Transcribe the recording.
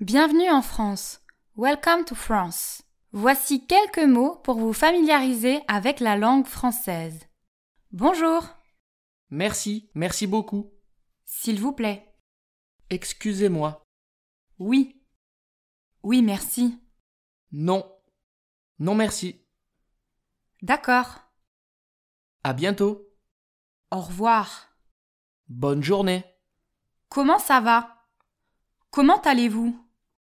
Bienvenue en France. Welcome to France. Voici quelques mots pour vous familiariser avec la langue française. Bonjour. Merci, merci beaucoup. S'il vous plaît. Excusez-moi. Oui. Oui, merci. Non. Non merci. D'accord. À bientôt. Au revoir. Bonne journée. Comment ça va Comment allez-vous